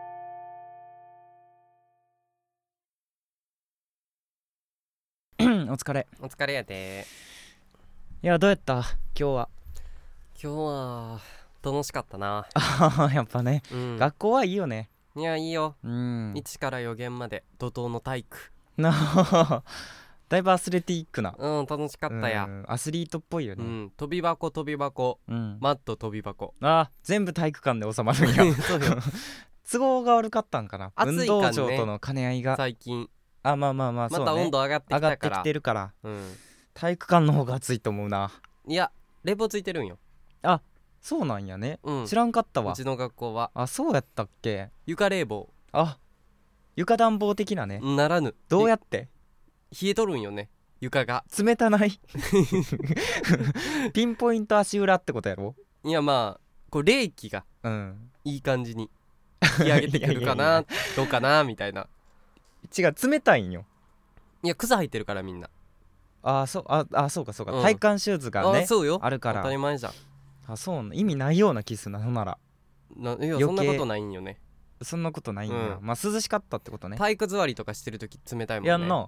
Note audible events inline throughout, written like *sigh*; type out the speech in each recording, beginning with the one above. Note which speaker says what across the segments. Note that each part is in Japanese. Speaker 1: *clears throat* お疲れ
Speaker 2: お疲れやで
Speaker 1: いやどうやった今日は
Speaker 2: 今日は楽しかったな、
Speaker 1: あ *laughs* あやっぱね、
Speaker 2: うん、
Speaker 1: 学校はいいよね
Speaker 2: いやいいよ、
Speaker 1: うん *laughs*
Speaker 2: 一から予言まで怒涛の体育
Speaker 1: なあだいぶアスレティックな
Speaker 2: うん楽しかったや
Speaker 1: うんアスリートっぽいよ
Speaker 2: う
Speaker 1: ね
Speaker 2: ん飛び箱飛び箱
Speaker 1: うん、
Speaker 2: マット飛
Speaker 1: *laughs*
Speaker 2: び箱
Speaker 1: あ全部体育館で収まるんや
Speaker 2: *laughs* そうよ
Speaker 1: *laughs* 都合が悪かったんかな
Speaker 2: 暑い
Speaker 1: 運
Speaker 2: かん
Speaker 1: 動
Speaker 2: ね
Speaker 1: 場との兼ね合いが
Speaker 2: 最近
Speaker 1: あまあまあまあ
Speaker 2: ま
Speaker 1: そう
Speaker 2: た
Speaker 1: ね
Speaker 2: 温度上がってき
Speaker 1: 上
Speaker 2: た
Speaker 1: が
Speaker 2: か
Speaker 1: って
Speaker 2: ら
Speaker 1: きてるから
Speaker 2: うん、
Speaker 1: 体育館の方が暑いと思うない
Speaker 2: や冷房ついてるんよ、
Speaker 1: そうなんやね、
Speaker 2: うん、
Speaker 1: 知らんかった
Speaker 2: う
Speaker 1: わ
Speaker 2: ちの学校は
Speaker 1: あそうやったっけ
Speaker 2: 床冷房
Speaker 1: あ床暖房的なね
Speaker 2: ならぬ
Speaker 1: どうや
Speaker 2: っ
Speaker 1: って
Speaker 2: 冷えとるんよね床が
Speaker 1: 冷たないピンポイント足裏ってことやろ
Speaker 2: いやまあこう冷気が
Speaker 1: うん
Speaker 2: いい感じに引き上げてくるか
Speaker 1: いやいや
Speaker 2: などうかなみたいな
Speaker 1: 違う冷たいんよ
Speaker 2: いや靴履いてるからみんな
Speaker 1: あーそうああそうかそうか、
Speaker 2: うん
Speaker 1: 体感シューズがね
Speaker 2: あそうよ
Speaker 1: あるか
Speaker 2: 当たり
Speaker 1: ら
Speaker 2: 前じゃん
Speaker 1: あそうな意味ないようなキスなのなら
Speaker 2: ないや
Speaker 1: 余計
Speaker 2: そんなことないんよね
Speaker 1: そんなことないんや、
Speaker 2: う
Speaker 1: まあ涼しかったってことね
Speaker 2: 体育座りとかしてるとき冷たいもんね
Speaker 1: やん *laughs* な、
Speaker 2: うん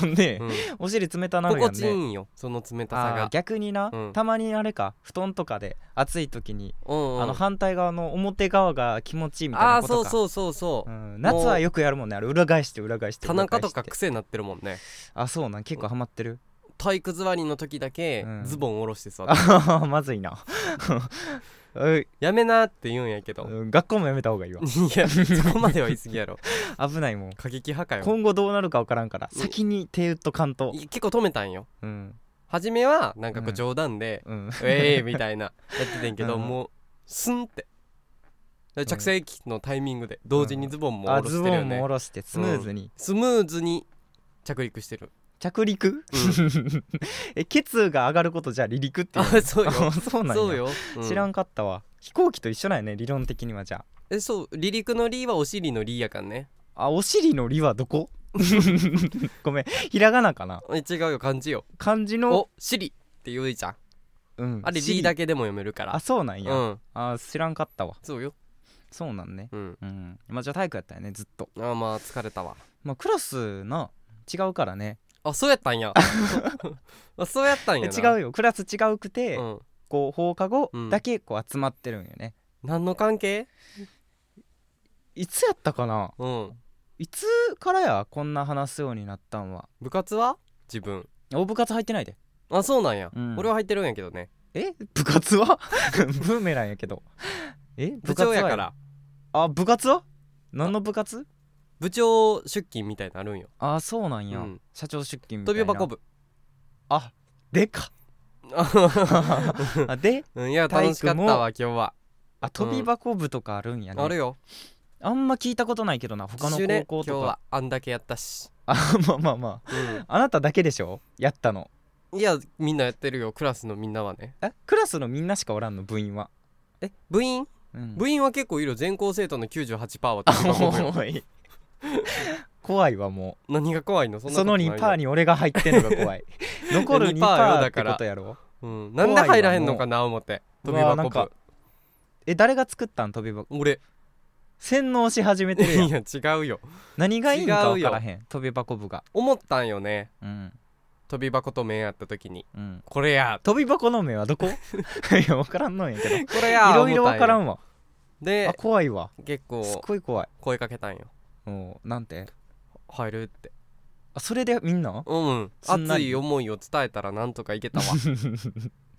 Speaker 1: ほんで、
Speaker 2: うん
Speaker 1: お尻冷たなるや
Speaker 2: 心
Speaker 1: ん
Speaker 2: 地いい
Speaker 1: ね
Speaker 2: んよその冷たさ
Speaker 1: あ
Speaker 2: が
Speaker 1: ー逆にな、
Speaker 2: うん
Speaker 1: たまにあれか布団とかで暑い時に、
Speaker 2: うんうん
Speaker 1: あの反対側の表側が気持ちいいみたい
Speaker 2: あ
Speaker 1: な
Speaker 2: あ
Speaker 1: ことか
Speaker 2: そうそうそうそう
Speaker 1: うん、夏はよくやるもんねあれ裏返して裏返して
Speaker 2: 田
Speaker 1: 裏返
Speaker 2: 中
Speaker 1: して
Speaker 2: とか癖になってるもんね
Speaker 1: あそうなん結構ハマってる
Speaker 2: 体育座りの時だけ
Speaker 1: うん
Speaker 2: ズボン下ろして座って
Speaker 1: あまずいな *laughs* おい
Speaker 2: やめなって言うんやけど
Speaker 1: うん学校もやめた方がいいわ
Speaker 2: いやそこまでは言い過ぎやろ
Speaker 1: 危ないもん
Speaker 2: 過激派かよ
Speaker 1: 今後どうなるか分からんから
Speaker 2: うん
Speaker 1: 先に手打っとかんと
Speaker 2: い結構止めたんよ
Speaker 1: うん
Speaker 2: 初めはなんかこ
Speaker 1: う
Speaker 2: うん冗談で
Speaker 1: うん
Speaker 2: *laughs* 「ウェーイ!」みたいなやっててんけど
Speaker 1: うん
Speaker 2: もうスンってで着席のタイミングで同時にズボンも下
Speaker 1: あ
Speaker 2: ろ
Speaker 1: ズ
Speaker 2: して
Speaker 1: ボ
Speaker 2: るよ
Speaker 1: ンも
Speaker 2: ね
Speaker 1: 下ろしてスムーズに
Speaker 2: スムーズに着陸してる
Speaker 1: 着陸 *laughs* えケツが上がることじゃあ離陸ってい
Speaker 2: あ
Speaker 1: う
Speaker 2: そうよ
Speaker 1: *laughs* そうなんや
Speaker 2: *laughs* そうよ、う
Speaker 1: 知らんかったわ飛行機と一緒なんやね理論的にはじゃ
Speaker 2: えそう離陸の「リ」はお尻の「リ」やかんね
Speaker 1: ああお尻の「り」はどこ *laughs* ごめんひらがなかな
Speaker 2: え違うよ漢字よ
Speaker 1: 漢字
Speaker 2: 「
Speaker 1: の
Speaker 2: お尻」って言うじゃん
Speaker 1: うん
Speaker 2: あれ「
Speaker 1: 尻
Speaker 2: リ」だけでも読めるから
Speaker 1: あそうなんや、
Speaker 2: うん
Speaker 1: あ知らんかったわ
Speaker 2: そうよ
Speaker 1: そうなんね
Speaker 2: うん
Speaker 1: うんまあじゃあ体育やったよねずっと
Speaker 2: あまあ疲れたわ
Speaker 1: まあクラスな違うからね
Speaker 2: あそうやった
Speaker 1: *laughs*
Speaker 2: んやあそうやったん
Speaker 1: え
Speaker 2: やな
Speaker 1: 違うよクラス違うくて、
Speaker 2: うん、
Speaker 1: こう放課後
Speaker 2: うん
Speaker 1: だけこう集まってるんよね、
Speaker 2: 何の関係
Speaker 1: いつやったかな
Speaker 2: うん
Speaker 1: いつからやこんな話すようになったんは
Speaker 2: 部活は自分
Speaker 1: お部活入ってないで
Speaker 2: あそうなんや、
Speaker 1: うん
Speaker 2: 俺は入ってるんやけどね
Speaker 1: え部活は *laughs* ブーメランやけどえ
Speaker 2: 部
Speaker 1: 活
Speaker 2: 長
Speaker 1: は
Speaker 2: やから
Speaker 1: あ部活は何の部活
Speaker 2: 部長出勤みたいになるんよ
Speaker 1: あそうなんや、
Speaker 2: うん
Speaker 1: 社長出勤みた
Speaker 2: 飛
Speaker 1: い
Speaker 2: び
Speaker 1: な
Speaker 2: 箱部 *laughs*
Speaker 1: あでかあで
Speaker 2: うんいや楽しかったわ今日は
Speaker 1: あ飛び箱部とかあるんやね、
Speaker 2: あるよ
Speaker 1: あんま聞いたことないけどな他の
Speaker 2: 自主練
Speaker 1: 高校と
Speaker 2: 今日
Speaker 1: か
Speaker 2: はあんだけやったし、
Speaker 1: あ *laughs* まあまあま
Speaker 2: うん
Speaker 1: ああなただけでしょやったの
Speaker 2: いやみんなやってるよクラスのみんなはね
Speaker 1: えクラスのみんなしかおらんの部員は、
Speaker 2: え部員、
Speaker 1: うん、
Speaker 2: 部員は結構いるよ全校生徒の98%は
Speaker 1: あ
Speaker 2: 飛び箱部よ
Speaker 1: *laughs* おい怖いわも
Speaker 2: 何が怖いのそ
Speaker 1: うんその
Speaker 2: な
Speaker 1: 2%
Speaker 2: に、
Speaker 1: に俺が入ってんのが怖 *laughs* い残る
Speaker 2: いや2%
Speaker 1: 2%
Speaker 2: よ
Speaker 1: だ
Speaker 2: だ
Speaker 1: か
Speaker 2: からら
Speaker 1: ことやろ
Speaker 2: うん、なんで入らへんのかな思って飛び
Speaker 1: うわな
Speaker 2: 箱
Speaker 1: んか
Speaker 2: 部
Speaker 1: え誰が作ったん飛び箱
Speaker 2: 俺
Speaker 1: 洗脳し始めてるやん
Speaker 2: *laughs* いや違うよ
Speaker 1: 何がいいんか分からへん飛び箱部が
Speaker 2: 思ったんよね
Speaker 1: うん
Speaker 2: 飛び箱と面あった時に
Speaker 1: うん
Speaker 2: これや
Speaker 1: 飛び箱の目はどこ *laughs* いや分からんのんやけどい
Speaker 2: これや
Speaker 1: *laughs* ろいろ分から
Speaker 2: ん
Speaker 1: んわあ
Speaker 2: で
Speaker 1: 怖いわ
Speaker 2: 結
Speaker 1: すっ
Speaker 2: 構
Speaker 1: ごい怖い
Speaker 2: 声かけたんよ
Speaker 1: もうなんて
Speaker 2: 入るって
Speaker 1: あそれでみんな
Speaker 2: うん
Speaker 1: すんな
Speaker 2: 熱
Speaker 1: り
Speaker 2: い思いを伝えたらなんとかいけたわ *laughs*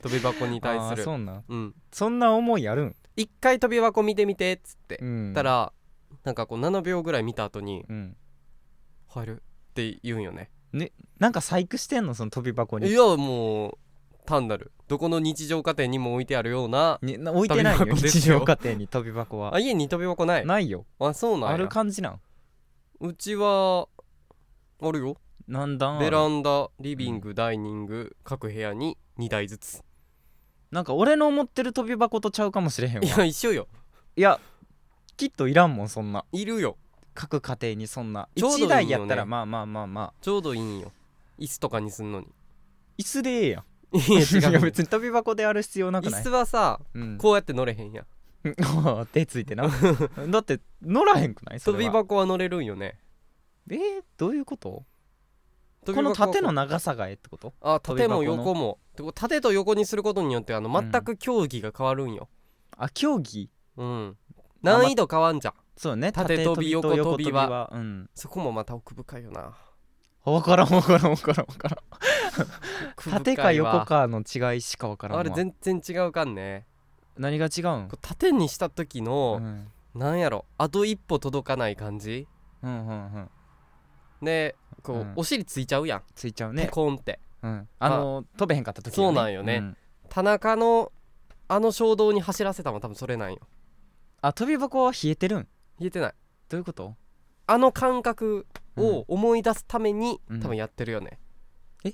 Speaker 2: 飛び箱に対
Speaker 1: あ
Speaker 2: す
Speaker 1: ー
Speaker 2: る
Speaker 1: そうなん
Speaker 2: うん
Speaker 1: そんな思いあるん、
Speaker 2: 一回飛び箱見てみてっつって
Speaker 1: うん、
Speaker 2: た、らなんかこう7秒ぐらい見た後に
Speaker 1: うん、
Speaker 2: 「入る」って言うんよね
Speaker 1: なんか細工してんのその飛び箱
Speaker 2: い
Speaker 1: に
Speaker 2: やもう単なるどこの日常家庭にも置いてあるような
Speaker 1: にな置いてないよ
Speaker 2: 飛び箱です
Speaker 1: 日
Speaker 2: よ
Speaker 1: 常家庭に飛び箱は
Speaker 2: あ家に飛び箱な
Speaker 1: *laughs*
Speaker 2: い
Speaker 1: ないよ
Speaker 2: あそうな
Speaker 1: あ
Speaker 2: んや
Speaker 1: る感じなん
Speaker 2: うちはあるよ
Speaker 1: 何段ある
Speaker 2: ベランダリビングダイニング各部屋に2台ずつ
Speaker 1: なんか俺の思ってる飛び箱とちゃうかもしれへんわ
Speaker 2: い
Speaker 1: いや
Speaker 2: や一緒よ
Speaker 1: きっといらんもんそんない
Speaker 2: るよ
Speaker 1: 各家庭にそんな
Speaker 2: ちょうどいい
Speaker 1: 1
Speaker 2: よね
Speaker 1: 台やったらまあまあまあまあ
Speaker 2: ちょうどいいんよ椅子とかにすんのに
Speaker 1: 椅子でええやん
Speaker 2: *laughs* いや違
Speaker 1: *laughs*
Speaker 2: う
Speaker 1: いや
Speaker 2: よ
Speaker 1: 別に飛び箱である必要なくな
Speaker 2: 椅
Speaker 1: い
Speaker 2: 子はさ
Speaker 1: うん、 *laughs*
Speaker 2: こうやって乗れへんやん
Speaker 1: 手つい *laughs* てなだって乗らへんくないそ
Speaker 2: 飛
Speaker 1: れ
Speaker 2: び
Speaker 1: は
Speaker 2: 箱は乗れるんよね
Speaker 1: えー、どういうこと
Speaker 2: 飛
Speaker 1: こ
Speaker 2: び
Speaker 1: の
Speaker 2: 箱は
Speaker 1: 縦の長さがええってこと
Speaker 2: あ縦も
Speaker 1: 飛び箱の
Speaker 2: 横もでこう縦と横にすることによってあの
Speaker 1: うん
Speaker 2: 全く競技が変わるんよ
Speaker 1: あ競技
Speaker 2: うん、難易度変わんじゃん
Speaker 1: そうね
Speaker 2: 縦飛び
Speaker 1: と
Speaker 2: 横飛びは
Speaker 1: うん
Speaker 2: そこもまた奥深いよな
Speaker 1: 分からん分からん分からん分からん
Speaker 2: 奥深いわ
Speaker 1: *laughs* 縦か横かの違いしか分からんわ
Speaker 2: あれ全然違うかんね
Speaker 1: 何が違うん
Speaker 2: こう縦にした時
Speaker 1: うんう
Speaker 2: の、
Speaker 1: ん
Speaker 2: なんやろあと一歩届かない感じ
Speaker 1: うんうん
Speaker 2: でこう、
Speaker 1: うん
Speaker 2: お尻ついちゃうやん
Speaker 1: ついちゃう
Speaker 2: ペ
Speaker 1: ね
Speaker 2: コンって
Speaker 1: うんあの飛べへんかった時
Speaker 2: そうなんよね
Speaker 1: うん
Speaker 2: 田中のあの衝動に走らせたの多分それなんよ
Speaker 1: あ飛び箱は冷えてるん
Speaker 2: 言えてない
Speaker 1: どういうこと
Speaker 2: あの感覚を思い出すために、
Speaker 1: うん
Speaker 2: 多分やってるよね
Speaker 1: そ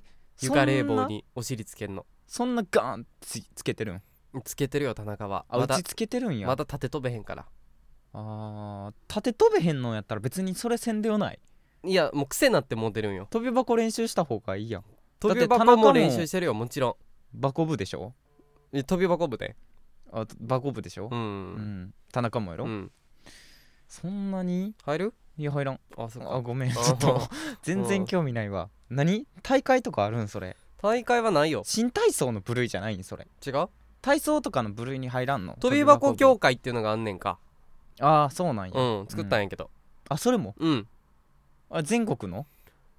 Speaker 2: 床
Speaker 1: んな
Speaker 2: 冷房にお尻つけんの
Speaker 1: そんなガーンってつつけてるん
Speaker 2: つけてるよ田中は
Speaker 1: あ
Speaker 2: ま
Speaker 1: う
Speaker 2: だ
Speaker 1: ちつけてるんや
Speaker 2: まだ縦飛べへんから
Speaker 1: あー縦飛べへんのやったら別にそれせんでよない
Speaker 2: いやもう癖になってもうてるんよ
Speaker 1: 飛び箱練習した方がいいやんだっ
Speaker 2: 飛
Speaker 1: て
Speaker 2: び
Speaker 1: 田
Speaker 2: 箱
Speaker 1: 中も
Speaker 2: も練習してるよもちろ
Speaker 1: バコ部でしょ
Speaker 2: んえ飛び箱部で
Speaker 1: あバコ部でしょ
Speaker 2: う、
Speaker 1: うん
Speaker 2: ん
Speaker 1: 田中もやろ、
Speaker 2: うん
Speaker 1: そんなに
Speaker 2: 入る
Speaker 1: いや入らん
Speaker 2: あそっ
Speaker 1: あ
Speaker 2: か
Speaker 1: ごめんち
Speaker 2: あ
Speaker 1: ょっと
Speaker 2: うん
Speaker 1: 全然興味ないわ何大会とかあるんそれ
Speaker 2: 大会はないよ
Speaker 1: 新体操の部類じゃないんそれ
Speaker 2: 違う
Speaker 1: 体操とかの部類に入らんの
Speaker 2: 飛び箱
Speaker 1: 飛
Speaker 2: 協会っていうのがあんねんか
Speaker 1: 部ああそうなんや、
Speaker 2: うん作ったんやけど
Speaker 1: あそれも
Speaker 2: うん
Speaker 1: あ全国の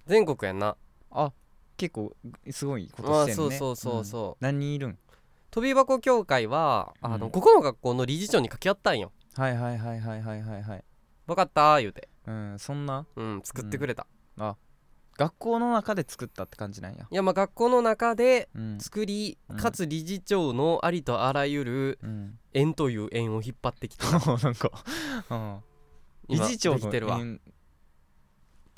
Speaker 2: 全国やんな
Speaker 1: あ結構すごいこと
Speaker 2: あ
Speaker 1: してんね
Speaker 2: そうそうそうそう
Speaker 1: 何人いるん
Speaker 2: 飛び箱協会は
Speaker 1: うん
Speaker 2: あの、ここの学校の理事長に掛け合ったんよ
Speaker 1: はいはいはいはいはいはいはい
Speaker 2: 分かったー言うて
Speaker 1: うんそんな
Speaker 2: うん作ってくれた、
Speaker 1: 学校の中で作ったって感じなんや
Speaker 2: いやまあ学校の中で
Speaker 1: うん、
Speaker 2: 作り、
Speaker 1: うん
Speaker 2: かつ理事長のありとあらゆる *laughs*
Speaker 1: うん、 *laughs*
Speaker 2: 縁という縁を引っ張ってきて
Speaker 1: なんか、うん、 *laughs* 理事長
Speaker 2: 今できてるわ
Speaker 1: の縁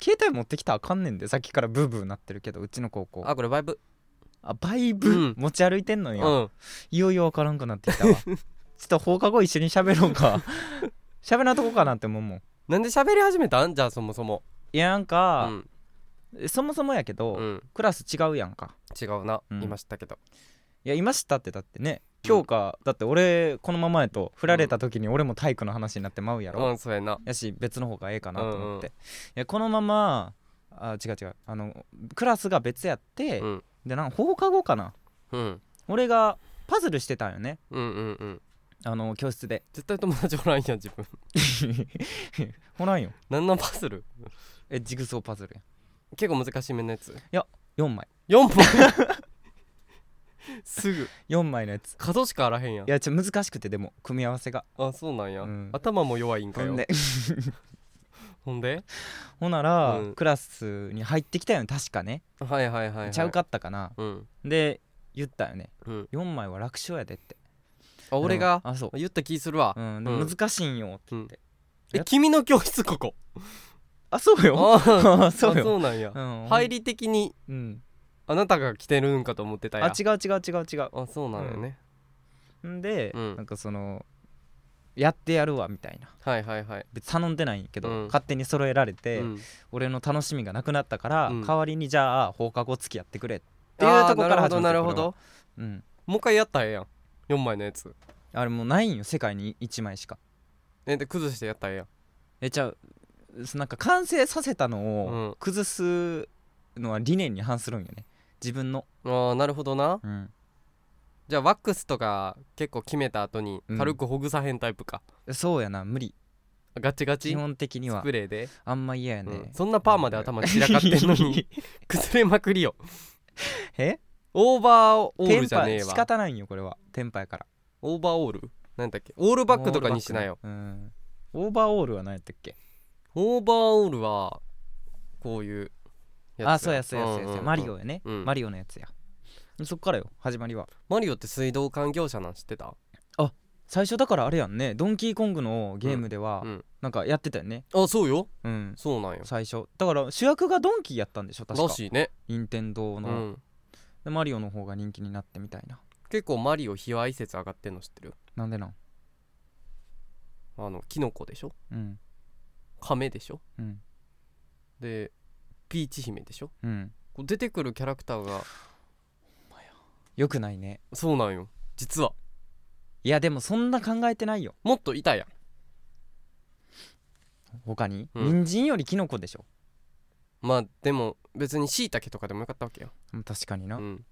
Speaker 1: 携帯持ってきたらあかんねんでさっきからブーブーなってるけどうちの高校あ
Speaker 2: あこれバイブ
Speaker 1: バイブ、
Speaker 2: うん
Speaker 1: 持ち歩いてんの
Speaker 2: う
Speaker 1: に、
Speaker 2: ん
Speaker 1: いよいよわからんくなってき
Speaker 2: *laughs*
Speaker 1: たわちょっと放課後一緒に喋ろうか喋らんとこかなって思うもん
Speaker 2: なんで喋り始めたんじゃあそもそも
Speaker 1: いやなん
Speaker 2: う
Speaker 1: か、
Speaker 2: ん、
Speaker 1: そもそもやけど、
Speaker 2: うん、
Speaker 1: クラス違うやんか
Speaker 2: 違うな、
Speaker 1: うん
Speaker 2: 言いましたけど
Speaker 1: いやいましたってだってね
Speaker 2: うん
Speaker 1: 教科、だって俺このままやと振られた時に俺も体育の話になってまうやろ、
Speaker 2: うんそうやな
Speaker 1: やし別の方がええかなと思って、
Speaker 2: う
Speaker 1: いやこのままあ違う違うあのクラスが別やって、
Speaker 2: うん
Speaker 1: でなんか放課後かな
Speaker 2: うん
Speaker 1: 俺がパズルしてたんよね
Speaker 2: うんうんうん
Speaker 1: あの教室で *laughs*
Speaker 2: 絶対友達おらんやん自分 *laughs*
Speaker 1: ほらんよ
Speaker 2: 何のパズル
Speaker 1: えジグソーパズルや
Speaker 2: 結構難しめのやつ
Speaker 1: 4枚
Speaker 2: 4本
Speaker 1: *laughs*
Speaker 2: すぐ
Speaker 1: 4枚のやつ
Speaker 2: 角しかあらへんやん
Speaker 1: いやちょ難しくてでも組み合わせが
Speaker 2: あそうなんや、
Speaker 1: うん
Speaker 2: 頭も弱いんか
Speaker 1: ほ
Speaker 2: よ
Speaker 1: んで *laughs*
Speaker 2: ほんで
Speaker 1: ほなら、
Speaker 2: うん
Speaker 1: クラスに入ってきたよね確かね、
Speaker 2: はいはいはい、はい、
Speaker 1: ちゃうかったかな
Speaker 2: うん
Speaker 1: で言ったよね
Speaker 2: うん
Speaker 1: 4枚は楽勝やでって
Speaker 2: あ俺が
Speaker 1: でもあそう
Speaker 2: 言った気するわ、
Speaker 1: うん、でも
Speaker 2: うん
Speaker 1: 難しいんよって言って、
Speaker 2: え君の教室ここ
Speaker 1: あそうよ
Speaker 2: あ
Speaker 1: あ *laughs*
Speaker 2: あ
Speaker 1: そうよ
Speaker 2: そうなんや、
Speaker 1: うん
Speaker 2: 入り的に
Speaker 1: うん、
Speaker 2: あなたが来てるんかと思ってたや
Speaker 1: あ違う違う違う違
Speaker 2: あそうなんやね、
Speaker 1: う。んで、
Speaker 2: うん
Speaker 1: なんかそのやってやるわみたいな
Speaker 2: はいはいはい、
Speaker 1: 別に頼んでないんやけど、
Speaker 2: うん
Speaker 1: 勝手に揃えられて、
Speaker 2: うん
Speaker 1: 俺の楽しみがなくなったから、
Speaker 2: うん
Speaker 1: 代わりにじゃあ放課後付き合ってくれっていうとこから始まった
Speaker 2: あーなるほどなるほ
Speaker 1: これは
Speaker 2: ど
Speaker 1: うん、
Speaker 2: もう一回やったらええやん4枚のやつ
Speaker 1: あれもうないんよ世界に1枚しか
Speaker 2: えで崩してやったらええやん
Speaker 1: えじゃあすなんか完成させたの
Speaker 2: う
Speaker 1: を
Speaker 2: ん
Speaker 1: 崩すのは理念に反するんよね自分の、
Speaker 2: あーなるほどな
Speaker 1: うん、
Speaker 2: じゃあワックスとか結構決めた後に
Speaker 1: うん
Speaker 2: 軽くほぐさへんタイプか、
Speaker 1: そうやな無理
Speaker 2: ガチガチ
Speaker 1: 基本的に
Speaker 2: ス
Speaker 1: は
Speaker 2: プレーで、
Speaker 1: あんま嫌やね、
Speaker 2: うんそんなパーマで頭散らかってんのに崩れまくりよ
Speaker 1: *laughs* え
Speaker 2: オーバーオ
Speaker 1: テ
Speaker 2: ール
Speaker 1: ン
Speaker 2: じゃ
Speaker 1: パ
Speaker 2: ねえ
Speaker 1: 仕
Speaker 2: わ
Speaker 1: 方ないんよこれはテンパやから
Speaker 2: オーバーオールなんだっけオールバックとかにしなよ
Speaker 1: オールバックねうんオーバーオールは何やったっけ
Speaker 2: オーバーオールはこういうやつ
Speaker 1: あそうやそうやそうや
Speaker 2: んんん
Speaker 1: マリオやね、
Speaker 2: うん
Speaker 1: マリオのやつやそっからよ始まりは
Speaker 2: マリオって水道管業者なん知ってた
Speaker 1: 最初だからあれやんねドンキーコングのゲームでは、
Speaker 2: うんうん
Speaker 1: なんかやってたよね
Speaker 2: あそうよ
Speaker 1: うん
Speaker 2: そうなんよ
Speaker 1: 最初だから主役がドンキーやったんでしょ確
Speaker 2: ら
Speaker 1: か
Speaker 2: しいね
Speaker 1: 任天堂
Speaker 2: う
Speaker 1: の、
Speaker 2: ん
Speaker 1: でマリオの方が人気になってみたいな
Speaker 2: 結構マリオ悲哀説上がってんの知ってる
Speaker 1: なんでなん
Speaker 2: あのキノコでしょ
Speaker 1: うん
Speaker 2: カメでしょ
Speaker 1: うん
Speaker 2: でピーチ姫でしょ
Speaker 1: うん
Speaker 2: こう出てくるキャラクターが
Speaker 1: よくないね
Speaker 2: そうなんよ実はい
Speaker 1: やでもそんな考えてないよ
Speaker 2: もっといたやん
Speaker 1: 他に、
Speaker 2: うん
Speaker 1: 人参よりキノコでしょ
Speaker 2: まあでも別にしいたけとかでもよかったわけよ、
Speaker 1: うん確かに
Speaker 2: う
Speaker 1: な、
Speaker 2: ん、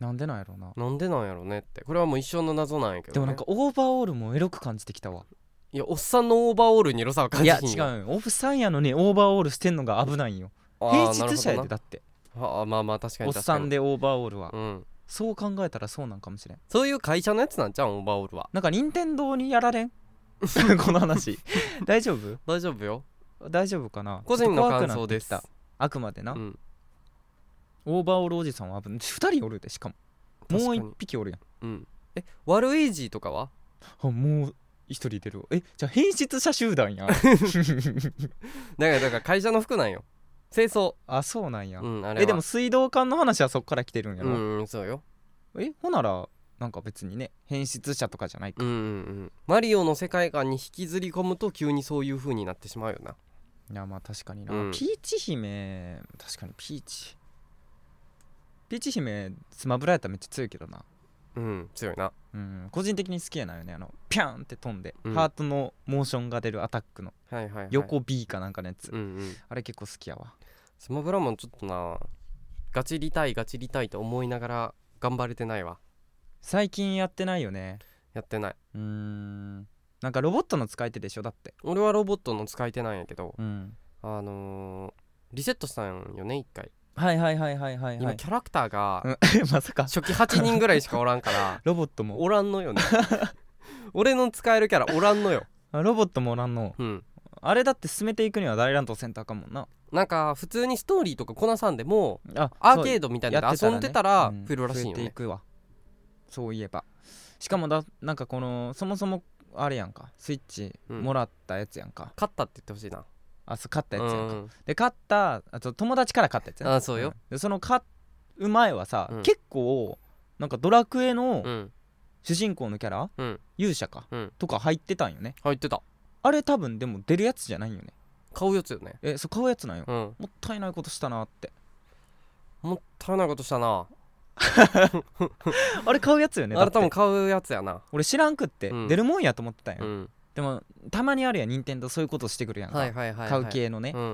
Speaker 1: なんでなんやろうな
Speaker 2: なんでなんやろうねってこれはもう一生の謎なんやけど、ね、
Speaker 1: でもなんかオーバーオールもエロく感じてきたわ
Speaker 2: いやおっさんのオーバーオールにエロさは感
Speaker 1: い
Speaker 2: じ
Speaker 1: や
Speaker 2: ひん
Speaker 1: 違
Speaker 2: よ
Speaker 1: うんオフさんやのにオーバーオールしてんのが危ないんよ
Speaker 2: あ
Speaker 1: 平
Speaker 2: ー
Speaker 1: 日者や
Speaker 2: な
Speaker 1: で
Speaker 2: る
Speaker 1: だって
Speaker 2: ほどなあーまあまあ確かに
Speaker 1: おっ
Speaker 2: 確
Speaker 1: さ
Speaker 2: かに
Speaker 1: んでオーバーオールは、
Speaker 2: うん
Speaker 1: そう考えたらそうなんかもしれん
Speaker 2: そういう会社のやつなんじゃうんオーバーオールは
Speaker 1: なんか任天堂にやられん *laughs* この
Speaker 2: *laughs*
Speaker 1: 話大丈夫
Speaker 2: 大丈夫よ
Speaker 1: 大丈夫かな
Speaker 2: 個人
Speaker 1: ちょっ
Speaker 2: の
Speaker 1: と怖く
Speaker 2: 感
Speaker 1: な
Speaker 2: 想
Speaker 1: って
Speaker 2: で
Speaker 1: き
Speaker 2: す
Speaker 1: たあくまでな、
Speaker 2: うん
Speaker 1: オーバーオールおじさんは危ない2人おるでしかも
Speaker 2: 確
Speaker 1: も
Speaker 2: か
Speaker 1: う
Speaker 2: に
Speaker 1: 1匹おるやん
Speaker 2: うんえ悪いジーとかは
Speaker 1: あもう1人出るわえじゃあ変質者集団や
Speaker 2: *laughs* だからだから会社の服なんよ清掃
Speaker 1: あそうなんや、
Speaker 2: うんあれは
Speaker 1: えでも水道管の話はそっから来てるんや
Speaker 2: う
Speaker 1: ろ、
Speaker 2: んうんそうよ
Speaker 1: えほならなんか別にね変質者とかじゃないか
Speaker 2: うんうんうんマリオの世界観に引きずり込むと急にそういう風になってしまうよない
Speaker 1: やまあ確かにな、
Speaker 2: うん
Speaker 1: ピーチ姫確かにピーチピーチ姫スマブラやったらめっちゃ強いけどな
Speaker 2: うん強いな
Speaker 1: うん個人的に好きやないよねあのピャンって飛んで、
Speaker 2: うん
Speaker 1: ハートのモーションが出るアタックの
Speaker 2: はいはい、はい、
Speaker 1: 横 B かなんかのやつ、
Speaker 2: うんうん
Speaker 1: あれ結構好きやわ
Speaker 2: スマブラもちょっとなガチリたいガチリたいと思いながら頑張れてないわ
Speaker 1: 最近やってないよね
Speaker 2: やってないう
Speaker 1: ーんなんかロボットの使い手でしょだって
Speaker 2: 俺はロボットの使い手なんやけど
Speaker 1: うん
Speaker 2: あのー、リセットしたんよね一回
Speaker 1: はいはいはいはいはいは
Speaker 2: 今
Speaker 1: い
Speaker 2: キャラクターが
Speaker 1: うん *laughs* まさか
Speaker 2: 初期8人ぐらいしかおらんから
Speaker 1: *laughs* ロボットも
Speaker 2: おらんのよね俺の使えるキャラおらんのよ
Speaker 1: あロボットもおらんの
Speaker 2: うん
Speaker 1: あれだって進めていくには大乱闘センターかもんな
Speaker 2: なんか普通にストーリーとかこなさんでも
Speaker 1: あ
Speaker 2: アー
Speaker 1: そう
Speaker 2: ケードみたいなので遊んでたら増えるらし
Speaker 1: 増
Speaker 2: いよ
Speaker 1: えてい
Speaker 2: ね
Speaker 1: くわそういえばしかもだなんかこのそもそもあれやんかスイッチ
Speaker 2: うん
Speaker 1: もらったやつやんか、
Speaker 2: 勝ったって言ってほしいな
Speaker 1: あそう勝ったやつやんか、
Speaker 2: うん
Speaker 1: で勝ったあと友達から勝ったやつやん
Speaker 2: あそうよ、
Speaker 1: んでその勝う前はさ、
Speaker 2: うん
Speaker 1: 結構なんかドラクエ
Speaker 2: う
Speaker 1: の
Speaker 2: ん
Speaker 1: 主人公のキャラ、
Speaker 2: うん
Speaker 1: 勇者か、
Speaker 2: うん
Speaker 1: とか入ってたんよね
Speaker 2: 入ってた
Speaker 1: あれ多分でも出るやつじゃないんよね
Speaker 2: 買うやつよね
Speaker 1: えそう買うやつなんよ、
Speaker 2: うん
Speaker 1: もったいないことしたなって
Speaker 2: もったいないことしたな
Speaker 1: あれ買うやつよね
Speaker 2: あ
Speaker 1: だ
Speaker 2: れ
Speaker 1: っ
Speaker 2: 多分
Speaker 1: て
Speaker 2: 買うやつやな
Speaker 1: 俺知らんくって、
Speaker 2: うん
Speaker 1: 出るもんやと思ってたんよ、
Speaker 2: うん
Speaker 1: でもたまにあるやん任天堂そういうことしてくるやんか、
Speaker 2: はいはいはいはい
Speaker 1: 買う系のね、
Speaker 2: うん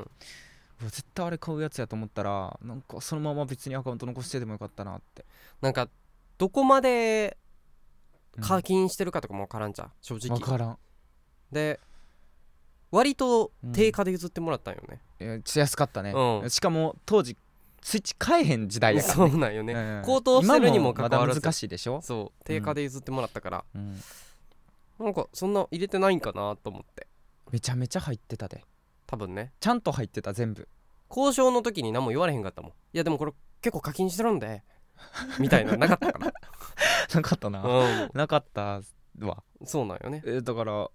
Speaker 1: うわ絶対あれ買うやつやと思ったらなんかそのまま別にアカウント残してでもよかったなって
Speaker 2: なんかどこまで課
Speaker 1: わ
Speaker 2: 金してるかとかもわからんじゃん正直
Speaker 1: からん
Speaker 2: で割と定価で譲ってもらったんよね、
Speaker 1: えーち安かったね、
Speaker 2: うん
Speaker 1: しかも当時スイッチ買えへん時代やから
Speaker 2: そうなんよね、
Speaker 1: ね、うん
Speaker 2: 高騰してるにもかかわ
Speaker 1: 今
Speaker 2: ら
Speaker 1: ま
Speaker 2: ず
Speaker 1: だ難しいでしょ、
Speaker 2: そう定価で譲ってもらったから、
Speaker 1: うん、
Speaker 2: なんかそんな入れてないんかなと思って
Speaker 1: めちゃめちゃ入ってたで
Speaker 2: 多分ね
Speaker 1: ちゃんと入ってた全部 *laughs*
Speaker 2: 交渉の時に何も言われへんかったもんいやでもこれ結構課金してるんでみたいななかったか
Speaker 1: なかったな、
Speaker 2: ら、
Speaker 1: *laughs*
Speaker 2: う
Speaker 1: なかったわ、
Speaker 2: ん、そうなんよね
Speaker 1: えーだから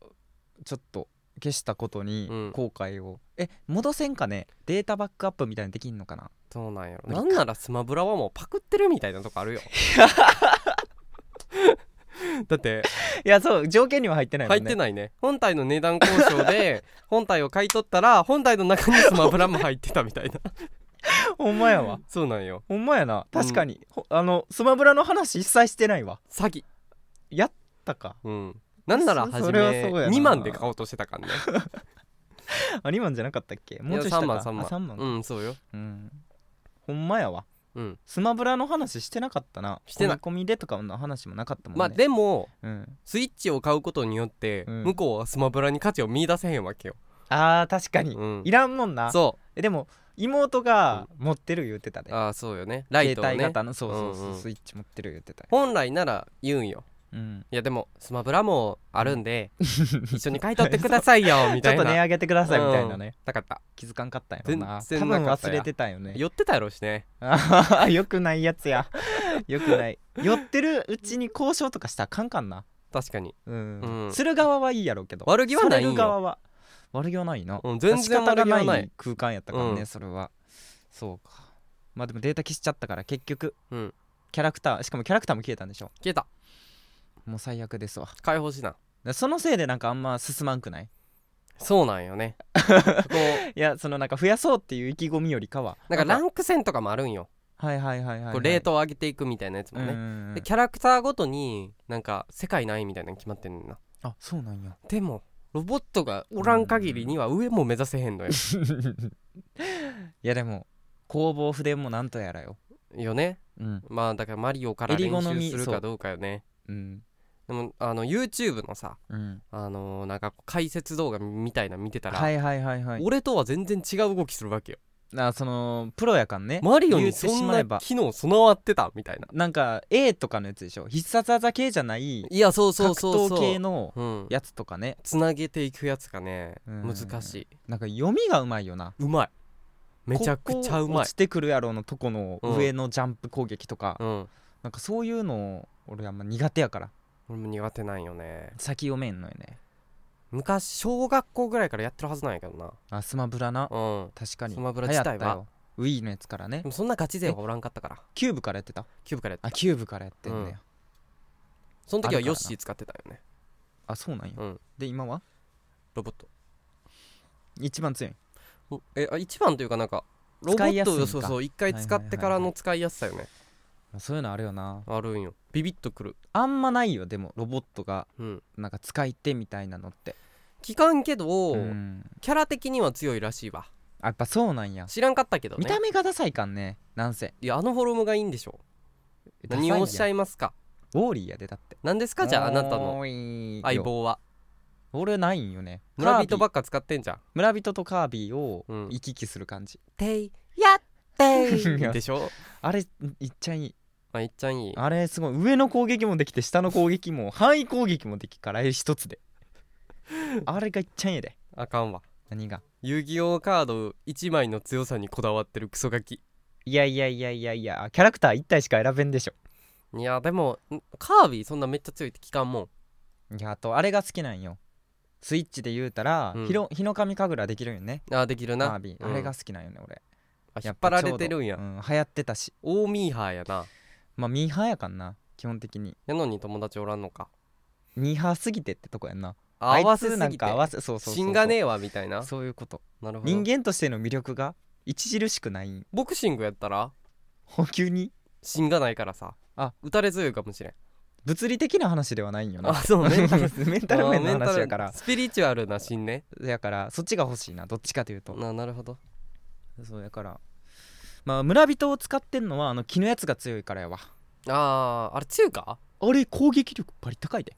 Speaker 1: ちょっと消したことに
Speaker 2: うん
Speaker 1: 後悔を、え戻せんかねデータバックアップみたいにできんのかな
Speaker 2: そうなんやろ
Speaker 1: な
Speaker 2: なんんならスマブラはもうパクってるみたいなとこあ
Speaker 1: *laughs*
Speaker 2: るよだって
Speaker 1: いやそう条件には入ってないもん
Speaker 2: 入
Speaker 1: ね
Speaker 2: ってないね本体の値段交渉
Speaker 1: *laughs*
Speaker 2: で本体を買い取ったら本体の中にスマブラも入ってたみたいな
Speaker 1: ほんまやわ
Speaker 2: そうなんよ
Speaker 1: ほんまやな確かに、ほあのスマブラの話一切してないわ
Speaker 2: 詐欺
Speaker 1: やったか
Speaker 2: うんなんなら
Speaker 1: そ
Speaker 2: 初
Speaker 1: そ
Speaker 2: め
Speaker 1: れはそうやな
Speaker 2: 2万で買おうとしてたからね
Speaker 1: あ2万じゃなかったっけもうちょいし
Speaker 2: いや
Speaker 1: た
Speaker 2: 3
Speaker 1: か
Speaker 2: 万3万
Speaker 1: あ3万
Speaker 2: うんそうよ
Speaker 1: うんほんまやわ
Speaker 2: うん
Speaker 1: スマブラの話してなかったな
Speaker 2: してない
Speaker 1: 込み込みでとかの話もなかったもんね
Speaker 2: まあでも
Speaker 1: うん、
Speaker 2: スイッチを買うことによって、
Speaker 1: うん
Speaker 2: 向こうはスマブラに価値を見出せへんわけよ、
Speaker 1: あー確かに、
Speaker 2: うん
Speaker 1: いらんもんな
Speaker 2: そ
Speaker 1: えでも妹が持ってる言うてたで、
Speaker 2: うああそうよねライトを
Speaker 1: 携帯
Speaker 2: ね
Speaker 1: 型のそうそうそう、
Speaker 2: うんうん
Speaker 1: スイッチ持ってる言うてたよ
Speaker 2: 本来なら言うんよ
Speaker 1: うん、
Speaker 2: いやでもスマブラもあるんで一緒に買い取ってくださ
Speaker 1: *laughs*
Speaker 2: いよみ
Speaker 1: ちょ
Speaker 2: た
Speaker 1: っ
Speaker 2: い
Speaker 1: と
Speaker 2: な
Speaker 1: 値上げてくださいみたいなね、
Speaker 2: なかった
Speaker 1: 気づかんかったんやろな
Speaker 2: 全
Speaker 1: 多
Speaker 2: 然
Speaker 1: 分
Speaker 2: なかった
Speaker 1: 忘
Speaker 2: や
Speaker 1: れてたよね
Speaker 2: 寄ってたやろしね
Speaker 1: ああよくないやつや *laughs* よくない寄ってるうちに交渉とかしたらあかんかんな
Speaker 2: 確かに、
Speaker 1: うん、
Speaker 2: うん
Speaker 1: する側はいいやろうけど
Speaker 2: 悪気はない
Speaker 1: さ
Speaker 2: んよ
Speaker 1: れる側は悪気はないな、
Speaker 2: うん、全
Speaker 1: 仕
Speaker 2: 然
Speaker 1: 方
Speaker 2: 悪
Speaker 1: が
Speaker 2: 気はな
Speaker 1: ないい空間やったからね、
Speaker 2: うん
Speaker 1: それはそうかまあでもデータ消しちゃったから結局、
Speaker 2: うん
Speaker 1: キャラクターしかもキャラクターも消えたんでしょ
Speaker 2: 消えた
Speaker 1: もう最悪ですわ
Speaker 2: 解放しな
Speaker 1: でそのせいでなんかあんま進まんくない
Speaker 2: そうなんよねこ
Speaker 1: *laughs*
Speaker 2: う
Speaker 1: いやそのなんか増やそうっていう意気込みよりかは
Speaker 2: なんかランク戦とかもあるんよ、
Speaker 1: はいはいはいはい、はい、
Speaker 2: こうレートを上げていくみたいなやつも
Speaker 1: うん
Speaker 2: ね、
Speaker 1: うんうん
Speaker 2: でキャラクターごとになんか世界ないみたいなの決まってんねんな
Speaker 1: あそうなんや *laughs*
Speaker 2: でもロボットがおらん限りには上も目指せへ
Speaker 1: *laughs*
Speaker 2: んのよ
Speaker 1: いやでも工房筆もなんとやらよ
Speaker 2: よね
Speaker 1: うん
Speaker 2: まあだからマリオから
Speaker 1: えり
Speaker 2: 練
Speaker 1: 好み
Speaker 2: 習する
Speaker 1: そ
Speaker 2: か
Speaker 1: う
Speaker 2: どうかよね
Speaker 1: うん
Speaker 2: でもあの YouTube のさ
Speaker 1: うん
Speaker 2: あのーなんか解説動画みたいなの見てたら、
Speaker 1: はいはいはいはい
Speaker 2: 俺とは全然違う動きするわけよ
Speaker 1: あそのプロやかんね
Speaker 2: マリオ
Speaker 1: 言
Speaker 2: に
Speaker 1: って
Speaker 2: そ
Speaker 1: し
Speaker 2: ん
Speaker 1: まえ
Speaker 2: な
Speaker 1: ば
Speaker 2: 機能備わってたみたいな
Speaker 1: なんか A とかのやつでしょ必殺技系じゃない
Speaker 2: いやそうそ
Speaker 1: 格
Speaker 2: うそう
Speaker 1: 闘
Speaker 2: そう
Speaker 1: 系の
Speaker 2: うん、
Speaker 1: やつとかね
Speaker 2: つなげていくやつがね
Speaker 1: うん
Speaker 2: 難しい
Speaker 1: なんか読みがうまいよな
Speaker 2: うまいめちゃくちゃう
Speaker 1: ここ
Speaker 2: まい
Speaker 1: 落ちてくるやろのとこの
Speaker 2: うん
Speaker 1: 上のジャンプ攻撃とか、
Speaker 2: うん
Speaker 1: なんかそういうの俺あんま苦手やから
Speaker 2: 俺も苦手なんよね
Speaker 1: 先読めんのよね
Speaker 2: 昔小学校ぐらいからやってるはずなんやけどな
Speaker 1: あスマブラな
Speaker 2: うん
Speaker 1: 確かに
Speaker 2: スマブラ自体は
Speaker 1: 流行ったよ Wii のやつからね
Speaker 2: でもそんなガチ勢はおらんかったから
Speaker 1: キューブからやってた
Speaker 2: キューブからやった
Speaker 1: あキューブからやってんだよ、
Speaker 2: うんその時
Speaker 1: ある
Speaker 2: は
Speaker 1: から
Speaker 2: ヨッ
Speaker 1: な
Speaker 2: シー使ってたよね
Speaker 1: あそうなんや、
Speaker 2: うん
Speaker 1: で今は
Speaker 2: ロボット
Speaker 1: 一番強い
Speaker 2: おえあ一番というかなんかロボ
Speaker 1: 使い
Speaker 2: ッ
Speaker 1: やすいん
Speaker 2: ト
Speaker 1: か
Speaker 2: をそうそう一回使ってからの使いやすさよね
Speaker 1: そういうのあるよな
Speaker 2: あるんよビビッとくる
Speaker 1: あんまないよでもロボットが
Speaker 2: うん
Speaker 1: なんか使い手みたいなのって
Speaker 2: 聞かんけど
Speaker 1: うん
Speaker 2: キャラ的には強いらしいわ
Speaker 1: あやっぱそうなんや
Speaker 2: 知らんかったけど
Speaker 1: 見
Speaker 2: ね
Speaker 1: た目がダサいかんねなんせ
Speaker 2: いやあのフォルムがいいんでしょ何をおっしゃ
Speaker 1: い
Speaker 2: いますか
Speaker 1: ウォーリーやでだって
Speaker 2: 何ですかじゃああなたの相
Speaker 1: 相
Speaker 2: 棒は
Speaker 1: 俺ないんよね
Speaker 2: 村人ば
Speaker 1: カービィ
Speaker 2: っか使ってんじゃん
Speaker 1: 村人とカービィを
Speaker 2: うん
Speaker 1: 行き来する感じ、
Speaker 2: ていやって
Speaker 1: いや
Speaker 2: でしょ
Speaker 1: あれいっちゃいい
Speaker 2: まあいっちゃんいい
Speaker 1: あれすごい上の攻撃もできて下の攻撃も範囲攻撃もできっからえ一つであれがいっちゃいいで
Speaker 2: あかんわ
Speaker 1: 何が
Speaker 2: 遊戯王カード1枚の強さにこだわってるクソガキ
Speaker 1: いやいやいやいやいやキャラクター1体しか選べんでしょ
Speaker 2: いやでもんカービィそんなめっちゃ強いって聞かんもん
Speaker 1: いやあとあれが好きなんよスイッチで言うたら、
Speaker 2: うん
Speaker 1: ひろ日の神神楽できるんよね
Speaker 2: あできる
Speaker 1: カ
Speaker 2: な
Speaker 1: ービィ
Speaker 2: うん
Speaker 1: あれが好きなんよね、俺
Speaker 2: あ引
Speaker 1: や
Speaker 2: っ
Speaker 1: ぱ
Speaker 2: 張られてるんや
Speaker 1: ちょうどうん流行ってたし
Speaker 2: 大ミーハーやな
Speaker 1: まあミーハーやかんな基本的に
Speaker 2: やのに友達おらんのか
Speaker 1: ミーハーすぎてってとこやんな
Speaker 2: 合わせ
Speaker 1: あいつな
Speaker 2: す
Speaker 1: ん
Speaker 2: ぎて
Speaker 1: か合わせそうそうそうそう
Speaker 2: 死んがねえわみたいな
Speaker 1: そういうこと
Speaker 2: なるほど
Speaker 1: 人間としての魅力が著しくないん
Speaker 2: ボクシングやったら
Speaker 1: 補給に
Speaker 2: 死んがないからさ
Speaker 1: あ
Speaker 2: 打たれ強いかもしれん
Speaker 1: 物理的な話ではないんよ
Speaker 2: あ
Speaker 1: な
Speaker 2: そうね
Speaker 1: *laughs* メンタル面の話やから
Speaker 2: スピリチュアルな心ね
Speaker 1: やからそっちが欲しいなどっちかというと
Speaker 2: ななるほど
Speaker 1: そうやからまあ村人を使ってんのはあの木のやつが強いからやわ
Speaker 2: あーあれ強いか
Speaker 1: あれ攻撃力バリ高いで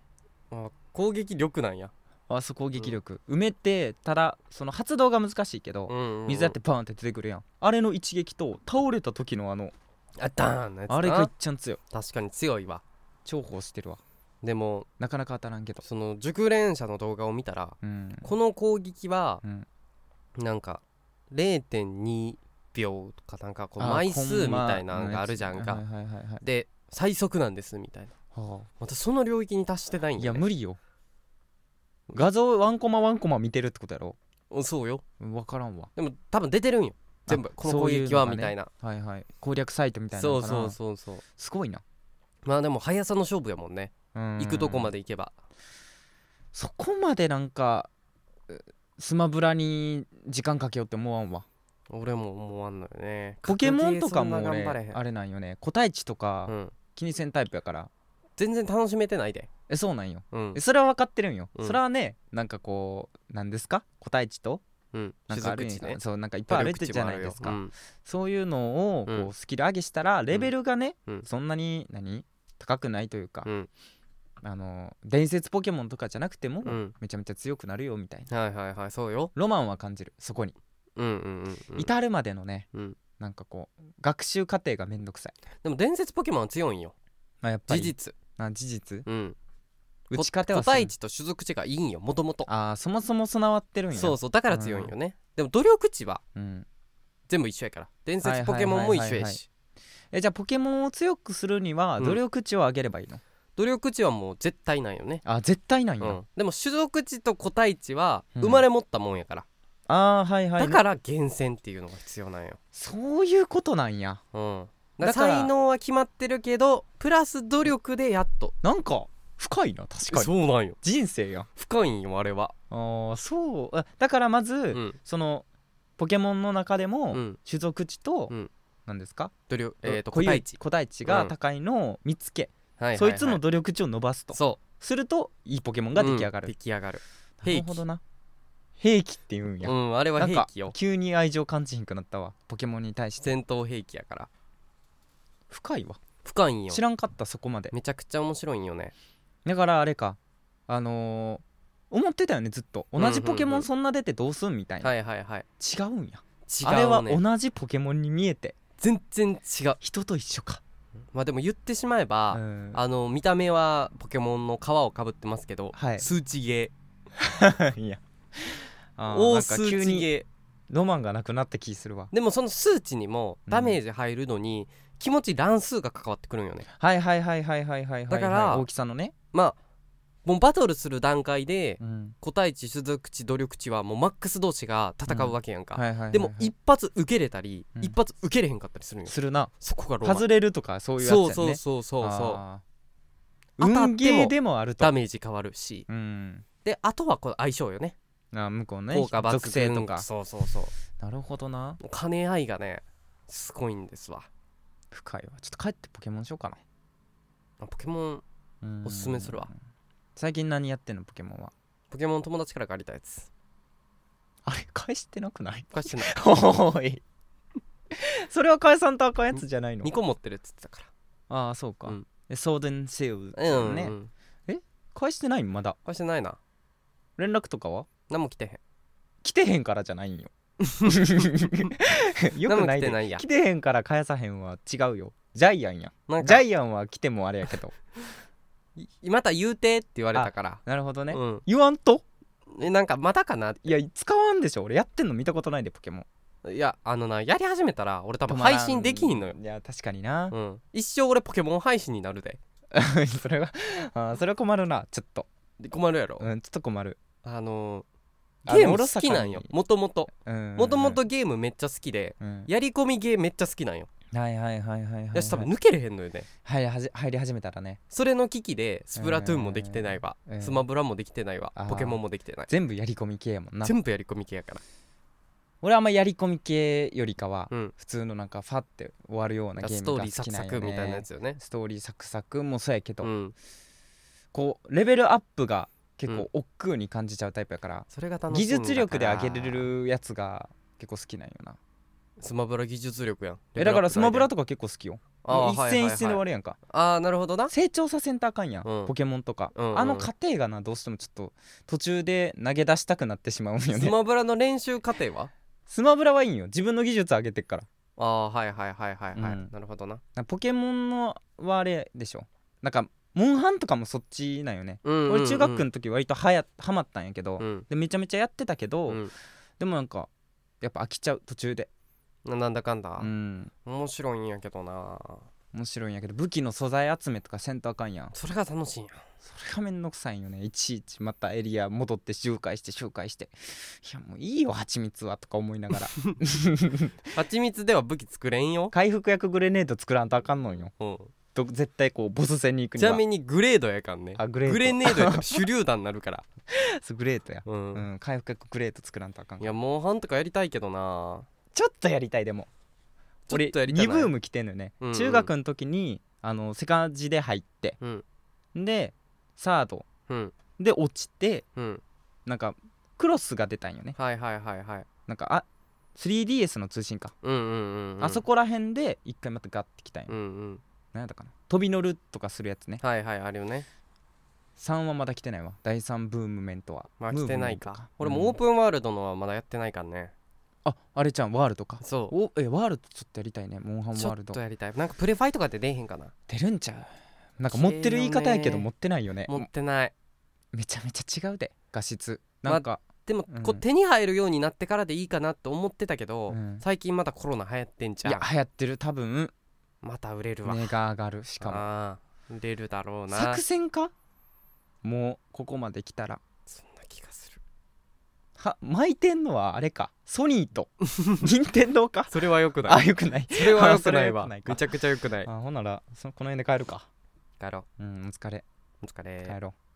Speaker 2: あ攻撃力なんや、
Speaker 1: あそう攻撃力、埋めてただその発動が難しいけど、
Speaker 2: うんうんうん
Speaker 1: 水やってバーンって出てくるやんあれの一撃と倒れた時のあの
Speaker 2: あダーンのやつな
Speaker 1: あれがいっちゃん強い
Speaker 2: 確かに強いわ
Speaker 1: 重宝してるわ
Speaker 2: でも
Speaker 1: なかなか当たらんけど
Speaker 2: その熟練者の動画を見たら
Speaker 1: うん
Speaker 2: この攻撃は
Speaker 1: うん
Speaker 2: なんか0.2秒とかなんかこう
Speaker 1: あー
Speaker 2: 枚数
Speaker 1: コン
Speaker 2: み
Speaker 1: マ
Speaker 2: たいなのがあるじゃん
Speaker 1: は
Speaker 2: か
Speaker 1: いはいはいはい
Speaker 2: で最速なんですみたいな
Speaker 1: は
Speaker 2: またその領域に達してない
Speaker 1: あ
Speaker 2: ん
Speaker 1: い
Speaker 2: や、
Speaker 1: や
Speaker 2: ね、
Speaker 1: 無理よ画像ワンコマワンコマ見てるってことやろ
Speaker 2: うんそうよ
Speaker 1: 分からんわ
Speaker 2: でも多分出てるんよ全部
Speaker 1: あ
Speaker 2: この攻撃はみたいな
Speaker 1: はいはい攻略サイトみたいな
Speaker 2: そ
Speaker 1: の
Speaker 2: う
Speaker 1: かな
Speaker 2: そうそうそう
Speaker 1: すごいな
Speaker 2: まあでも速さの勝負やもんね
Speaker 1: 行
Speaker 2: 行くとこま
Speaker 1: で
Speaker 2: で行けば
Speaker 1: そこまでなんかうスマブラに時間かけようって思わんわ
Speaker 2: 俺も思わんのよね
Speaker 1: ポケモンとかも
Speaker 2: 格ゲーそんな頑張れへ
Speaker 1: 俺
Speaker 2: ん
Speaker 1: あれなんよね個体値と
Speaker 2: う
Speaker 1: か
Speaker 2: ん、
Speaker 1: 気にせんタイプやから
Speaker 2: 全然楽しめてないで、
Speaker 1: えそうなんよ
Speaker 2: うん
Speaker 1: えそれは分かってるんよ
Speaker 2: うん
Speaker 1: それはねなんかこうなんですか個体値と
Speaker 2: うん、
Speaker 1: なんかあるんや
Speaker 2: 種族値ね
Speaker 1: そうなんかいっぱいあるじゃないですかそういうのをこ
Speaker 2: う
Speaker 1: うスキル上げしたらレベルがね、
Speaker 2: うん
Speaker 1: そんなに何高くないというか、
Speaker 2: うん
Speaker 1: あの伝説ポケモンとかじゃなくても、
Speaker 2: うん
Speaker 1: めちゃめちゃ強くなるよみたいな
Speaker 2: はいはいはいそうよ
Speaker 1: ロマンは感じるそこに、
Speaker 2: うんうんうん、うん、
Speaker 1: 至るまでのね、
Speaker 2: うん
Speaker 1: なんかこう学習過程がめんどくさい、
Speaker 2: でも伝説ポケモンは強いんよ
Speaker 1: まあ、やっぱ
Speaker 2: 事
Speaker 1: り
Speaker 2: 実、
Speaker 1: あ事実
Speaker 2: うん、
Speaker 1: 打ち勝て
Speaker 2: 個
Speaker 1: はする
Speaker 2: 体値と種族値がいいんよもともと
Speaker 1: あーそもそも備わってるんや
Speaker 2: そうそうだから強いんよね、でも努力値は
Speaker 1: うん、
Speaker 2: 全部一緒やから伝
Speaker 1: はい
Speaker 2: 説
Speaker 1: はい
Speaker 2: ポ
Speaker 1: はい
Speaker 2: ケモンも一緒
Speaker 1: はい
Speaker 2: や
Speaker 1: はい
Speaker 2: し
Speaker 1: えじゃあポケモンを強くするには
Speaker 2: うん
Speaker 1: 努力値を上げればいいの、
Speaker 2: 努力値はもう絶対ないよね、
Speaker 1: あ絶対ないん
Speaker 2: う
Speaker 1: や、
Speaker 2: ん、でも種族値と個体値は
Speaker 1: うん
Speaker 2: 生まれ持ったもんやから、
Speaker 1: あーはいはい
Speaker 2: だから厳選っていうのが必要なんよ、
Speaker 1: そういうことなんや
Speaker 2: うん、だ
Speaker 1: だ
Speaker 2: か
Speaker 1: からら
Speaker 2: 才能は決まってるけどプラス努力でやっと
Speaker 1: なんか深いな確かに
Speaker 2: うなんよ
Speaker 1: 人生や
Speaker 2: 深いんよあれは
Speaker 1: あーそうあだからまず、
Speaker 2: うん
Speaker 1: そのポケモンの中でも、
Speaker 2: うん
Speaker 1: 種族値と、
Speaker 2: うん
Speaker 1: 何ですか、
Speaker 2: 努力えーと
Speaker 1: 固
Speaker 2: 個
Speaker 1: 有
Speaker 2: 体値
Speaker 1: 個体値が高いのを見つけ、
Speaker 2: ははは
Speaker 1: そいつの努力値を伸ばすと
Speaker 2: そ
Speaker 1: するといいポケモン
Speaker 2: う
Speaker 1: が出来上がる、
Speaker 2: うん出来上がる
Speaker 1: なるほどな兵器って言うんや、
Speaker 2: うんあれは
Speaker 1: なん
Speaker 2: 兵
Speaker 1: か
Speaker 2: 器よ
Speaker 1: 急に愛情感じひんくなったわポケモンに対して
Speaker 2: 戦闘兵器やから
Speaker 1: 深いわ
Speaker 2: 深いんよ
Speaker 1: 知らんかったそこまで
Speaker 2: めちゃくちゃ面白いんよね
Speaker 1: だからあれかあのー思ってたよねずっと同じポケ
Speaker 2: うんうん
Speaker 1: モ
Speaker 2: うん
Speaker 1: ンそんな出てどうすんみたいな、
Speaker 2: はいはいはい
Speaker 1: 違うんや
Speaker 2: 違う、ね、
Speaker 1: あれは同じポケモンに見えて
Speaker 2: 全然違う
Speaker 1: 人と一緒か
Speaker 2: まあでも言ってしまえば、
Speaker 1: うん
Speaker 2: あの見た目はポケモンの皮をかぶってますけど、
Speaker 1: はい
Speaker 2: 数値ゲ
Speaker 1: *laughs* いや
Speaker 2: ー
Speaker 1: あー
Speaker 2: 大
Speaker 1: なんか
Speaker 2: 数
Speaker 1: 急
Speaker 2: 値
Speaker 1: に
Speaker 2: ゲ
Speaker 1: ロマンがなくなった気するわ
Speaker 2: ーでもその数値にも
Speaker 1: うん
Speaker 2: ダメージ入るのに、気持ち乱数が関わってくるんよね
Speaker 1: はいはいはいはいはいはいはい
Speaker 2: だから
Speaker 1: 大きさのね、
Speaker 2: まあもうバトルする段階で
Speaker 1: うん
Speaker 2: 個体値種族値努力値はもうマックス同士が戦うわけやんか、
Speaker 1: はいはいはいはい
Speaker 2: でも一発受けれたり、
Speaker 1: うん
Speaker 2: 一発受けれへんかったりするんよ
Speaker 1: するな
Speaker 2: そこがロマン
Speaker 1: 外れるとかそういうやつやん
Speaker 2: そう
Speaker 1: ね
Speaker 2: そうそうそうそう
Speaker 1: あ
Speaker 2: 当たって
Speaker 1: ー
Speaker 2: も
Speaker 1: 運ゲーでもあると
Speaker 2: ダメージ変わるし
Speaker 1: うん
Speaker 2: であとはこう相性よね
Speaker 1: あ向こうね
Speaker 2: 効果抜
Speaker 1: 属性と
Speaker 2: 群
Speaker 1: か
Speaker 2: そうそうそう
Speaker 1: なるほどな
Speaker 2: 兼ね合いがねすごいんですわ
Speaker 1: 深いわちょっと帰ってポケモンしようか
Speaker 2: ポケモン
Speaker 1: なうん
Speaker 2: おすすめするわ
Speaker 1: 最近何やってんのポケモンは
Speaker 2: ポケモン友達から借りたやつ
Speaker 1: あれ返してなくない
Speaker 2: 貸してない
Speaker 1: おいそれは返さんとあかんやつじゃないの
Speaker 2: 2個持ってるっつってたか
Speaker 1: ああそうか、
Speaker 2: うん
Speaker 1: え送電セーブだ
Speaker 2: ら
Speaker 1: よ
Speaker 2: うん、
Speaker 1: ね、
Speaker 2: うん、
Speaker 1: 返してないんまだ
Speaker 2: 貸してないな
Speaker 1: 連絡とかは
Speaker 2: 何も来てへん
Speaker 1: 来てへんからじゃないん
Speaker 2: *laughs*
Speaker 1: よよ
Speaker 2: 何
Speaker 1: く
Speaker 2: も
Speaker 1: な
Speaker 2: 来
Speaker 1: い
Speaker 2: て
Speaker 1: で
Speaker 2: ないや
Speaker 1: 来てへんから返さへんは違うよジャイアンや
Speaker 2: なん
Speaker 1: ジ
Speaker 2: か
Speaker 1: ャイアンは来てもあれやけど
Speaker 2: いまた言うてって言われたから
Speaker 1: なるほどね、
Speaker 2: うん
Speaker 1: 言わんと
Speaker 2: えなんかまたかない
Speaker 1: や使わんでしょ俺やってんの見たことないでポケモン
Speaker 2: いやあのなやり始めたら俺多分配信できひんのよ
Speaker 1: いや確かにな、
Speaker 2: うん一生俺ポケモン配信になるで
Speaker 1: *laughs* それはあーそれは困るなちょっと
Speaker 2: で困るやろ
Speaker 1: うんちょっと困る
Speaker 2: あの
Speaker 1: あ
Speaker 2: ーゲー
Speaker 1: お
Speaker 2: ム
Speaker 1: ろ
Speaker 2: 好
Speaker 1: そか
Speaker 2: き
Speaker 1: に
Speaker 2: なんよもともとも
Speaker 1: も
Speaker 2: ともとゲームめっちゃ好きで
Speaker 1: うん
Speaker 2: やり込みゲーめっちゃ好きなんよ
Speaker 1: はいはいはいはいはいはい
Speaker 2: だし多分抜けれへんのよね
Speaker 1: 入りはじ入り始めたらね
Speaker 2: それの危機でスプラトゥーンもできてないわ
Speaker 1: うんうん
Speaker 2: スマブラもできてないわ
Speaker 1: あー
Speaker 2: ポケモンもできてない
Speaker 1: 全部やり込み系やもんな
Speaker 2: 全部やり込み系やから
Speaker 1: 俺あんまやり込み系よりかは
Speaker 2: うん
Speaker 1: 普通のなんかファって終わるようなゲー
Speaker 2: ス
Speaker 1: ム
Speaker 2: ト
Speaker 1: が
Speaker 2: ーリ
Speaker 1: 好
Speaker 2: ーサ
Speaker 1: き
Speaker 2: ク
Speaker 1: な
Speaker 2: サ
Speaker 1: ん
Speaker 2: ク
Speaker 1: よ
Speaker 2: みたいなや
Speaker 1: ね
Speaker 2: つよね
Speaker 1: ストーリーサクサクもそうやけど、
Speaker 2: うん
Speaker 1: こうレベルアップが結構億劫に感じちゃうタイプやから、
Speaker 2: それが楽しい
Speaker 1: 技
Speaker 2: んだから
Speaker 1: 術力で上げれるやつが結構好きなんよな
Speaker 2: スマブラ技術力やん
Speaker 1: えだからスマブラ
Speaker 2: と
Speaker 1: とか結構好きよも
Speaker 2: あ
Speaker 1: う
Speaker 2: ー
Speaker 1: 一
Speaker 2: はいはい
Speaker 1: 戦
Speaker 2: はい
Speaker 1: 一戦で終わるやんか、
Speaker 2: ああなるほどな
Speaker 1: 成長させんとあかんやん、
Speaker 2: うん
Speaker 1: ポケモンとか、
Speaker 2: うんうん
Speaker 1: あの過程がなどうしてもちょっと途中で投げ出したくなってしまうんよ
Speaker 2: ス
Speaker 1: ね
Speaker 2: マブラの練習過程は
Speaker 1: スマブラはいいんよ自分の技術上げてっから
Speaker 2: ああはいはいはいはいは
Speaker 1: う
Speaker 2: い
Speaker 1: ん
Speaker 2: なるほどな
Speaker 1: なポケモンのはあれでしょなんかモンハンとかもそっちなんよね、
Speaker 2: 俺
Speaker 1: 俺中学の時割とはやハマったんやけど、
Speaker 2: うん
Speaker 1: でめちゃめちゃやってたけど、
Speaker 2: うん
Speaker 1: でもなんかやっぱ飽きちゃう途中で
Speaker 2: ななんだかんだ
Speaker 1: うん
Speaker 2: 面白いんやけどな
Speaker 1: 面白いんやけど武器の素材集めとかせんとあかんやん
Speaker 2: それが楽しいんや
Speaker 1: それがめんどくさいんよねいちいちまたエリア戻って周回して周回していやもういいよ蜂蜜はとか思いな
Speaker 2: *laughs*
Speaker 1: がら
Speaker 2: 蜂蜜では武器作れんよ、
Speaker 1: 回復薬グレネード作らんとあかんのんよ
Speaker 2: うん、
Speaker 1: ど絶対こうボス戦に行く
Speaker 2: ち
Speaker 1: に
Speaker 2: な
Speaker 1: は
Speaker 2: みにグレードやかんね
Speaker 1: あグレート
Speaker 2: グレネードやったら手榴弾になるから
Speaker 1: そうグレートや、
Speaker 2: う
Speaker 1: *laughs*
Speaker 2: ん、
Speaker 1: うん、回復薬グレート作らんとあかん
Speaker 2: いやモンハンとかやりたいけどな
Speaker 1: ちょっとやりたいでも
Speaker 2: ちょっとやりた
Speaker 1: 俺
Speaker 2: い
Speaker 1: 2ブーム来てんのよね、
Speaker 2: うんうん
Speaker 1: 中学の時にあのセカジで入って
Speaker 2: うん
Speaker 1: でサード
Speaker 2: うん
Speaker 1: で落ちて
Speaker 2: うん
Speaker 1: なんかクロスが出たんよね
Speaker 2: はいはいはいはい
Speaker 1: なんかあ 3DS の通信か、
Speaker 2: うんうんうんうん
Speaker 1: あそこら辺で一回またガッてきたんよ、
Speaker 2: うんうん
Speaker 1: なんやったかな飛び乗るとかするやつね
Speaker 2: はいはいあるよね
Speaker 1: 3はまだ来てないわ第3ブームメントは
Speaker 2: まあ
Speaker 1: ムーブ
Speaker 2: 来
Speaker 1: メ
Speaker 2: て
Speaker 1: ント
Speaker 2: ないか俺もオー
Speaker 1: うん
Speaker 2: プンワールドのはまだやってないからね
Speaker 1: ああれちゃんワールドか
Speaker 2: そう
Speaker 1: おえワールドちょっとやりたいねモンハン
Speaker 2: ちょ
Speaker 1: ワール
Speaker 2: っ
Speaker 1: ド
Speaker 2: とやりたいなんかプレファイとかって出えへんかな
Speaker 1: 出るんちゃうなんか持ってる言い方やけど
Speaker 2: 綺麗よね
Speaker 1: 持ってないよね
Speaker 2: 持ってない
Speaker 1: めちゃめちゃ違うで画質なんか、
Speaker 2: でも
Speaker 1: うん
Speaker 2: こう手に入るようになってからでいいかなって思ってたけど
Speaker 1: うん
Speaker 2: 最近またコロナ流行ってんじゃ
Speaker 1: いや
Speaker 2: ん
Speaker 1: 流行ってる多分
Speaker 2: また売れるわ
Speaker 1: 値が上がるしか
Speaker 2: ああ売れるだろう
Speaker 1: も
Speaker 2: な
Speaker 1: 作戦かもうここまで来たら
Speaker 2: そんな気がする
Speaker 1: は巻いてんのはあれかソニー
Speaker 2: *laughs*
Speaker 1: と任天堂か
Speaker 2: それはよく
Speaker 1: あ
Speaker 2: ない
Speaker 1: よくない
Speaker 2: それは
Speaker 1: *laughs* あ
Speaker 2: よくない
Speaker 1: それは良く
Speaker 2: わ
Speaker 1: ないか
Speaker 2: めちゃくちゃよくない
Speaker 1: あほんならそのこの辺で帰るか
Speaker 2: 帰ろ
Speaker 1: うんお疲れ
Speaker 2: うお疲れ
Speaker 1: 帰ろう